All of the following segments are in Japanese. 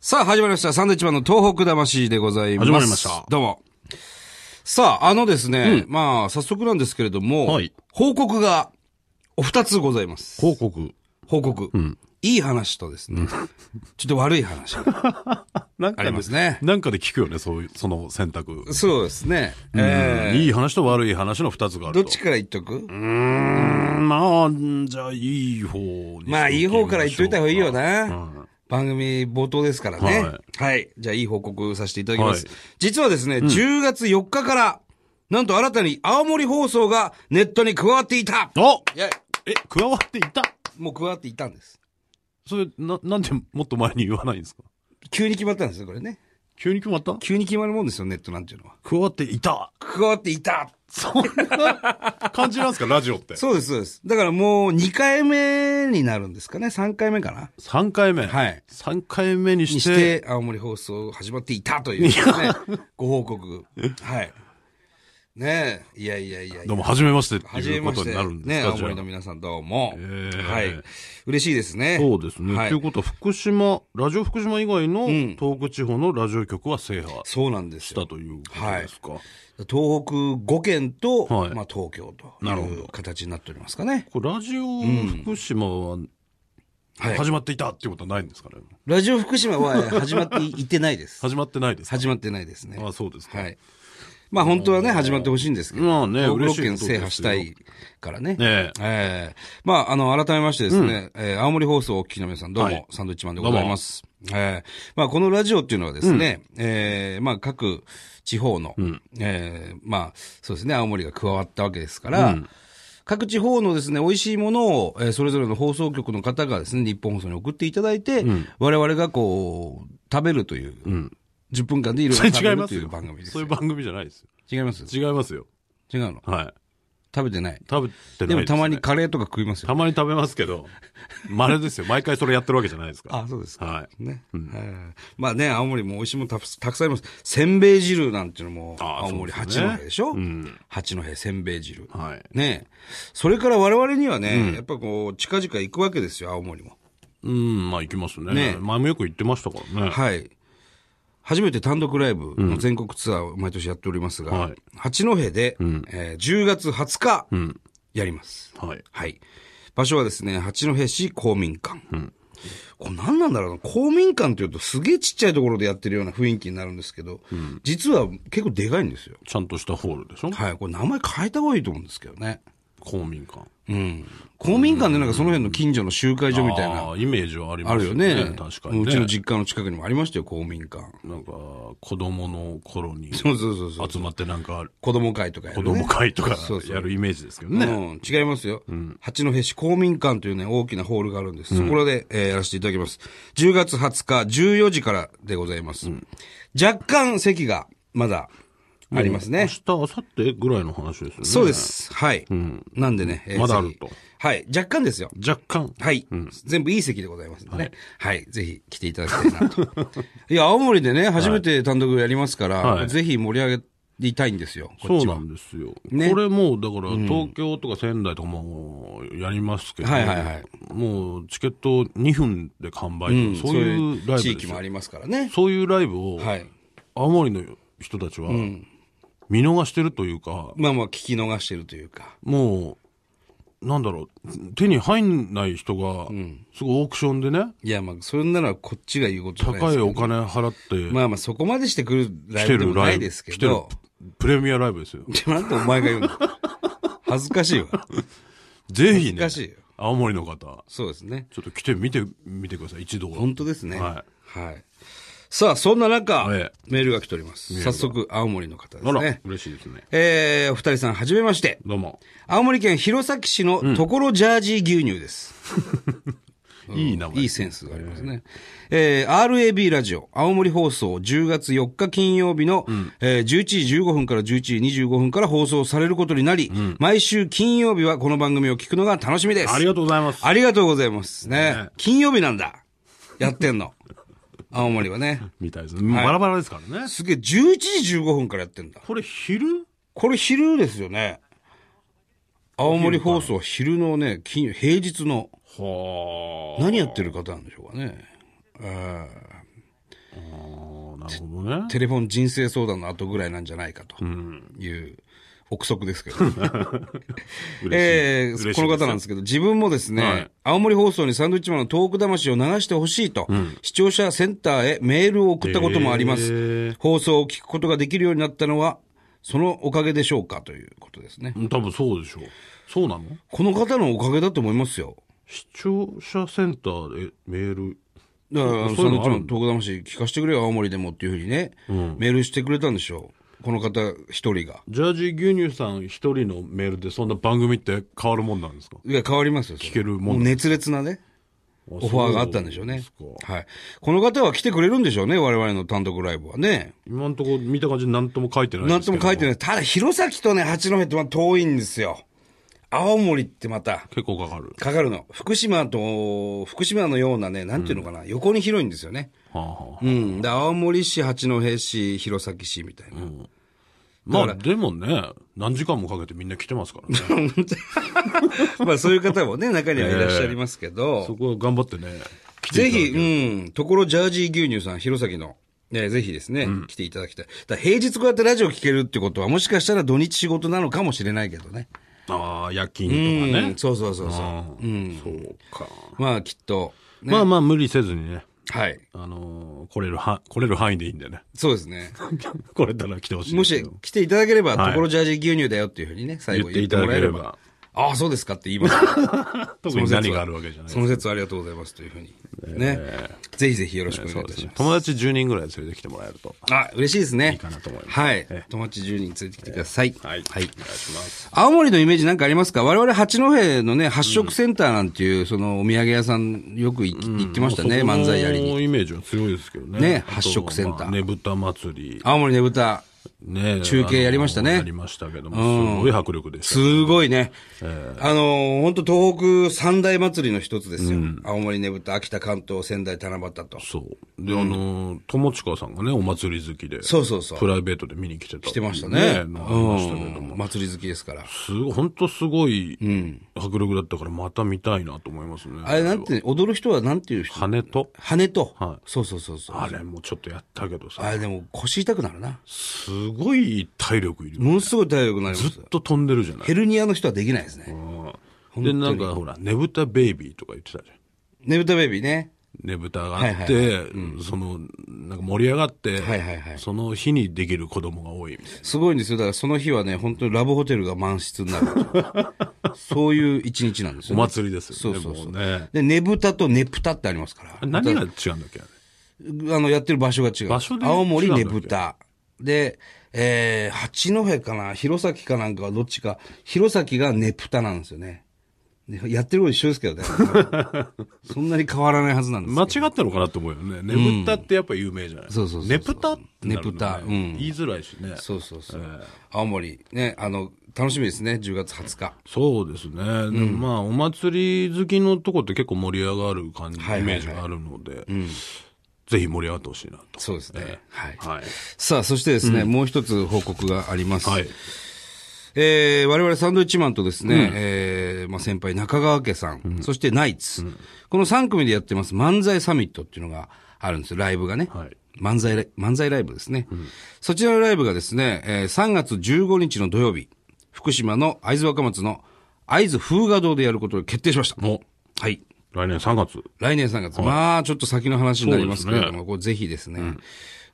さあ、始まりました。サンドイッチマンの東北魂でございます。始まりましたどうも。さあ、あのですね、まあ、早速なんですけれども、はい報告が、お二つございます。広告。報告。いい話とですね、ちょっと悪い話がなんあか。りますねなんかで聞くよね、そういう、その選択。そうですね。うんえいい話と悪い話の二つがあー、どっると。ちから言っとくうーん、まあ、じゃあ、いい方にしときしょうか。まあ、いい方から言っといた方がいいよな。うん番組冒頭ですからね。は。はいじゃあ、いい報告させていただきます。はい実はですね、10月4日から、なんと新たに青森放送がネットに加わっていたおいや、え、加わっていたもう加わっていたんです。それ、な、なんでもっと前に言わないんですか急に決まったんですよ、これね。急に決まった急に決まるもんですよ、ネットなんていうのは。加わっていた。加わっていたそんな感じなんですか、ラジオって。 そうです、そうです。だからもう2回目になるんですかね、3回目かな。 3回目。はい3回目ににし、してて、青森放送始まっていたという、ね、ご報告。はい。ねえ、いやいやいやいやどうも、はじめましてってはじめいうこまとして。になるんでね、すか、青じゃ森のあ。皆さんどうも。ーはい。嬉しいですね。そうですね。はいということは、福島、ラジオ福島以外のん東北地方のラジオ局は制覇しそうなんですたよ。ということですか。東北5県と、はいまあ東京となるほいどう形になっておりますかね。これラジオ福島ははい。始まっていたっていうことはないんですかね。ラジオ福島はえー始まっていってないです。始まってないですか。始まってないですね。あそうですか。はい。まあ本当はね、始まってほしいんですけど。まあね東嬉しい北6県ことです制よ覇したいからね。ねえええまあ、あの、改めましてですね、えー青森放送をお聞きの皆さん、どうも、はいサンドイッチマンでございます。ええまあ、このラジオっていうのはですね、ええまあ、各地方の、ええまあ、そうですね、青森が加わったわけですから、各地方のですね、美味しいものを、えーそれぞれの放送局の方がですね、日本放送に送っていただいて、我々がこう、食べるという、10分間でいろいそろれ食べ違いまるとすいうよ。番組ですそういよう。番組じゃないですよ。違います違いますよ。違うのはい。食べてない。食べてないすねでもたまに。カレーとか食いますよ。たまに食べますけど、まれですよ。毎回それやってるわけじゃないですかあ、そうですら。か。はい。ね。はいまあね、青森も美味しいものたくたくさんあります。せんべい汁なんていうのも、あー青森そう八ですね戸でしょうん八戸せんべい汁。はい。ねそれから我々にはね、やっぱこう、近々行くわけですよ、青森も。うん、まあ行きますね。ね前もよく行ってましたからね。はい。初めて単独ライブの全国ツアーを毎年やっておりますはがい、八戸で、えー10月20日、やります。はい。はい。場所はですね、八戸市公民館。これ何なんだろうな公民館というとすげえちっちゃいところでやってるような雰囲気になるんですけど、実は結構でかいんですよ。ちゃんとしたホールでしょはい。これ名前変えた方がいいと思うんですけどね。公民館。うん。公民館でなんかその辺の近所の集会所みたいな、あーイメージはありあまるすよね。確かに、ね。うちの実家の近くにもありましたよ、公民館。なんか、子供の頃にそうそうそうそう。集まってなんか、子供会とかやる、子ね。供会とかそうそうやるイメージですけどね。うん、違いますよ。八戸市公民館というね、大きなホールがあるんです。そこで、えーやらせていただきます。10月20日、14時からでございます。若干席がまだありますね。明日、明後日ぐらいの話ですよね。そうで。す。はい。なんでね、えーまだあると席はい。若干ですよ。若干。はい、全部いい席でございますんでね。はい。ぜひ来ていただきたいな と。いや、青森でね、初めて単独やりますから、はいぜひ盛り上げたいんですよ。こっそうちなは。んですよ。ねこれもう、だから、東京とか仙台とかもやりますけど、はいはいはいもう、チケット2分で完売とか、そういうライブです地よ域もありますからね。そういうライブを、はい。青森の人たちは、見逃してるというか、まあまあ聞き逃してるというか。もう、なんだろう、手に入んない人が、すごいオークションでね、いや、まあ、それならこっちが言うことじゃないで高すいけどお金払って、まあまあ、そこまでしてくるライ来ブでてもるなライいブ、ですけ来てるど。プレミアライブですよ。でもなんでお前が言うの恥ずかしいわ。ぜひね難しいよ、青森の方、そうですね。ちょっと来てみて、みてください、一度は。本当ですね。は。はいさあ、そんな中、ええメールが来ております。早速、青森の方であすら、ね。嬉しいですね。えー、お二人さん、はじめまして。どうも。青森県弘前市のところジャージー牛乳です。いい名前。いいセンスがありますね。えー RAB ラジオ、青森放送、10月4日金曜日の、えー11時15分から11時25分から放送されることになり、毎週金曜日はこの番組を聞くのが楽しみです。ありがとうございます。ありがとうございます。ね。ね金曜日なんだ。やってん の。青森はね。みたいですね。バラバラですからね。すげえ、11時15分からやってんだ。これ昼これ昼ですよね。青森放送は昼のね、金曜、平日の。はあ。何やってる方なんでしょうかね。えーほどね。テレフォン人生相談の後ぐらいなんじゃないかという憶測ですけ ど、えー嬉しいですこの方なんですけど、自分もですね、はい青森放送にサンドウィッチマンのトーク魂を流してほしいと、視聴者センターへメールを送ったこともあります。へー放送を聞くことができるようになったのは、そのおかげでしょうかということですね。多分そうでしょう。そうなのこの方のおかげだと思いますよ。視聴者センターでメール。だから、そそうそういうののうあちるのトーク魂聞かせてくれよ、青森でもっていうふうにね、メールしてくれたんでしょう。この方一人が。ジャージー牛乳さん一人のメールでそんな番組って変わるもんなんですかいや、変わりますよ。聞けるもんう熱烈なね、オオファーがあったんでしょうね。そうですかはい。この方は来てくれるんでしょうね、我々の単独ライブはね。今のところ見た感じ何とも書いてないなんですとけもど。書いてない。ただ、弘前とね、八戸ってまあ遠いんですよ。青森ってまた、結構かかる。かかるの。福島と、福島のようなね、なんていうのかな、横に広いんですよね。はあはあうん。で、青森市、八戸市、弘前市みたいな。まあでもね、何時間もかけてみんな来てますからね。 まあそういう方もね、中にはいらっしゃいますけそど、こは頑張ってね。来てぜいただひ、けうん、ところジャージー牛乳さん、弘前の、ね、ぜひですね、来ていただきたい。だから平日こうやってラジオ聞けるってことは、もしかしたら土日仕事なのかもしれないけどね。ああ、夜勤うん、とかね。そうそうそうそう。うん。そうか。まあきっと、ねまあまあ無理せずにね。はい。あのー来れるは、来れる範囲でいいんでね。 そうですね。来れたら来てほしいでもすけしど。来ていただければ、はいところジャージー牛乳だよっていうふうにね、最後言って言っいてただもけらえれればば。ああ、そうですかって言います。特に何があるわけじゃないその説はありがとうございますというふうに。ね。ぜひぜひよろしくお願いいたします。友達10人ぐらい連れてきてもらえると。あ、嬉しいですね。いいかなと思いますはい。友達10人連れてきてください。ははい。いお願い。します。青森のイメージなんかありますか我々八戸のね、発色センターなんていう、そのお土産屋さんよく行き行ってましたね、漫才やりそに。のイメージは強いですけどね。ねあと発色センターまあねぶた祭り。青森ねぶた、ね中継やりましたねあのやりましたけども、すごい迫力でした。すごいね。あの、本当東北三大祭りの一つですよ。青森ねぶた、秋田関東、仙台七夕と。そう。で、あのー、友近さんがね、お祭り好きで。そうそうそうプライベートで見に来てた。来来てましたね。のありましたけどうも。ん祭り好きですから。すごい、本当すごい迫力だったから、また見たいなと思いますね。あれなんて、踊る人はなんていう人羽と羽と。はそうそうそうそう。あれもちょっとやったけどさ、あれでも腰痛くなるな。すごい体力いる。ものすごい体力になりまずっす。と飛んでるじゃないヘルニアの人はできないですね。うん。で、なんかほら、ねぶたベイビーとか言ってたじゃん。ねぶたベイビーね。ねぶたがあって、その、なんか盛り上がって、はいはいはいその日にできる子供が多いみたいな。すごいんですよ。だからその日はね、本当にラブホテルが満室になるんです よ。そういう一日なんですおよ、ね。祭りですよね。そうそうそうもね。で、ねぶたとねぷたってありますから。あ何が違うんだっけあれあの、やってる場所が違う。場所で違うんだっけ青森ねぶた。で、えー、八戸かな弘前かなんかはどっちか。弘前がねぷたなんですよね。でやってること一緒です けどね。そんなに変わらないはずなんです間違ったのかなと思うよね。ねぶたってやっぱ有名じゃない、そうそうそうねぶたってなるのねねぶたうん言いづらいしね。そうそうそう。青森、ね、あの、楽しみですね。10月20日。そうですね。でもまあ、お祭り好きのとこって結構盛り上がる感じ、イはいはいはいメージがあるので、ぜひ盛り上がってほしいなと。そうですね。はい。はい。さあ、そしてですね、もう一つ報告があります。はい。えー、我々サンドウィッチマンとですね、えーまあ、先輩中川家さん、そしてナイツ、この3組でやってます漫才サミットっていうのがあるんですよ、ライブがね。はい漫才ライ、漫才ライブですね。そちらのライブがですね、えー3月15日の土曜日、福島の会津若松の会津風雅堂でやることが決定しました。おはい。来年3月。来年3月。まあ、ちょっと先の話になりますけれどそうも、これぜひですね、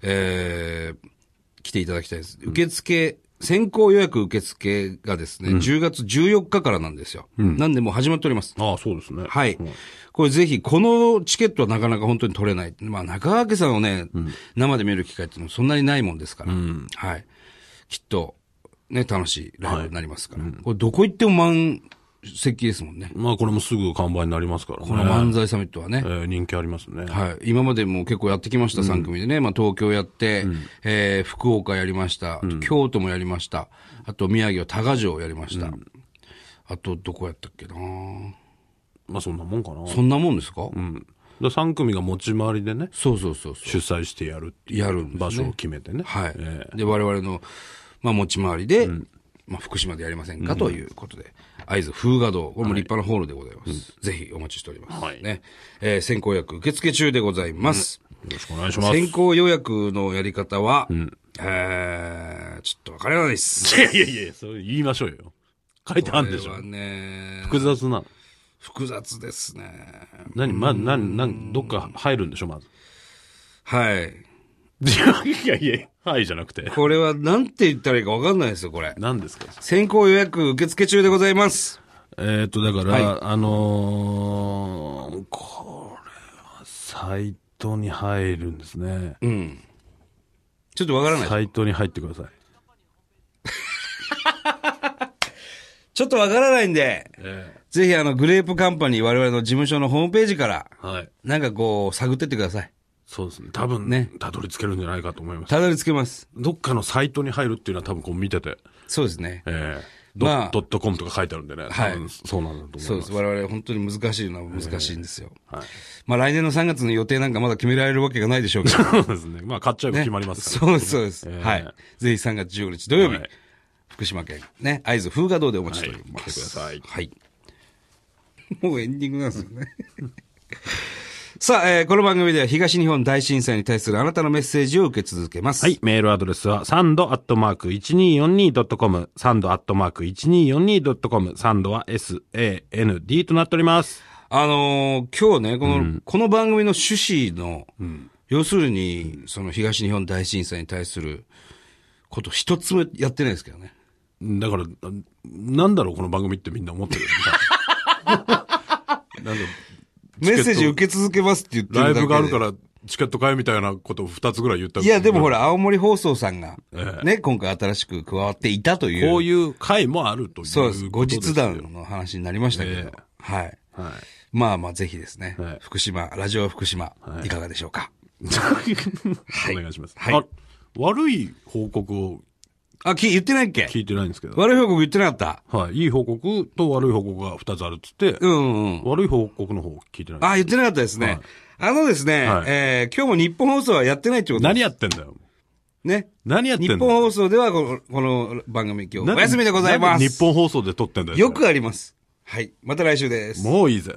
えー、来ていただきたいです。受付、先行予約受付がですね、10月14日からなんですよ。なんでもう始まっております。ああ、そうですね。はい。これぜひ、このチケットはなかなか本当に取れない。まあ、中川家さんをね、生で見る機会っていうのはそんなにないもんですから。はい。きっと、ね、楽しいライブになりますから。これどこ行っても満席ですもんね。まあ、これもすぐ完売になりますからこのね。漫才サミットはねえ。ー人気ありますね。はい。今までも結構やってきました、3組でね。まあ、東京やって、えー福岡やりました、京都もやりました。あと、宮城は多賀城やりました。あと、どこやったっけなまあ、そんなもんかな。そんなもんですか、うん。だ3組が持ち回りでね、そうそうそうそう。主催してやるっていうやるんですね場所を決めてね。はいえ。で、我々の、まあ、持ち回りで、まあ、福島でやりませんかということで、会津風雅堂、これも立派なホールでございます。ぜひお待ちしております。はいね。えー先行予約受付中でございます。よろしくお願いします。先行予約のやり方は、えー、ちょっとわからないです。いやいやいや、それ言いましょうよ。書いてあるんでしこれょは。ね、複雑なの。複雑ですね。何、ま、何、何、どっか入るんでしょ、まず。はい。 いやいやいや、はいじゃなくて。これはなんて言ったらいいかわかんないですよ、これ。何ですか先行予約受付中でございます。えっと、だから、あのー、これはサイトに入るんですね。うん。ちょっとわからない。サイトに入ってください。ちょっとわからないんで、えぜひあの、グレープカンパニー我々の事務所のホームページから、えはい。なんかこう、探ってってください。そうですね。多分ねね、たどり着けるんじゃないかと思います。たどり着けます。どっかのサイトに入るっていうのは多分こう見てて、そうですね。ええまあドットコムとか書いてあるんでね。はい多分そうなんだと思います。そうです。我々本当に難しいのは難しいんですよ。はい。まあ来年の3月の予定なんかまだ決められるわけがないでしょうけど。そうですね。まあ、買っちゃえばね決まりますから、そうです、そうです。ええはい。ぜひ3月15日土曜日、はい福島県、ね、会津風雅堂でお待ちしております。はい来てくだはさいい。もうエンディングなんですよね。 さあ、えーこの番組では東日本大震災に対するあなたのメッセージを受け続けます。はい。。メールアドレスは、サンドアットマーク 1242.com、サンドアットマーク 1242.com、サンドは SAND となっております。あのー今日ね、この、この番組の趣旨の、要するに、その東日本大震災に対すること一つもやってないですけどね。だから、なんだろう、この番組ってみんな思って るよね。なんか、メッセージ受け続けますって言ってるラだイけで。ブがあるから、チケット買えみたいなことを2つぐらい言ったいや、でもほら、ら、青森放送さんが、ええね、今回新しく加わっていたという。こういう回もあるというそうです。こ後と日よ談の話になりましたけど。ええはい。はまあまあ、ぜひですね、はい福島、ラジオ福島、はいい、かがでしょうか。い。お願いします。はいあ悪い報告をあ、き、言ってないっけ聞いてないんですけど。悪い報告言ってなかったはい。いい報告と悪い報告が2つあるっつって、うんうんうん。悪い報告の方聞いてない。あ、言ってなかったですね。はいあのですね、はいえー今日も日本放送はやってないってこと何ですやってんだよ。ね。何やってん日だ本放送ではこの、この番組今日なんお休みでございまなんす。日本放送で撮ってんだよ。よくあります。はい。また来週です。もういいぜ。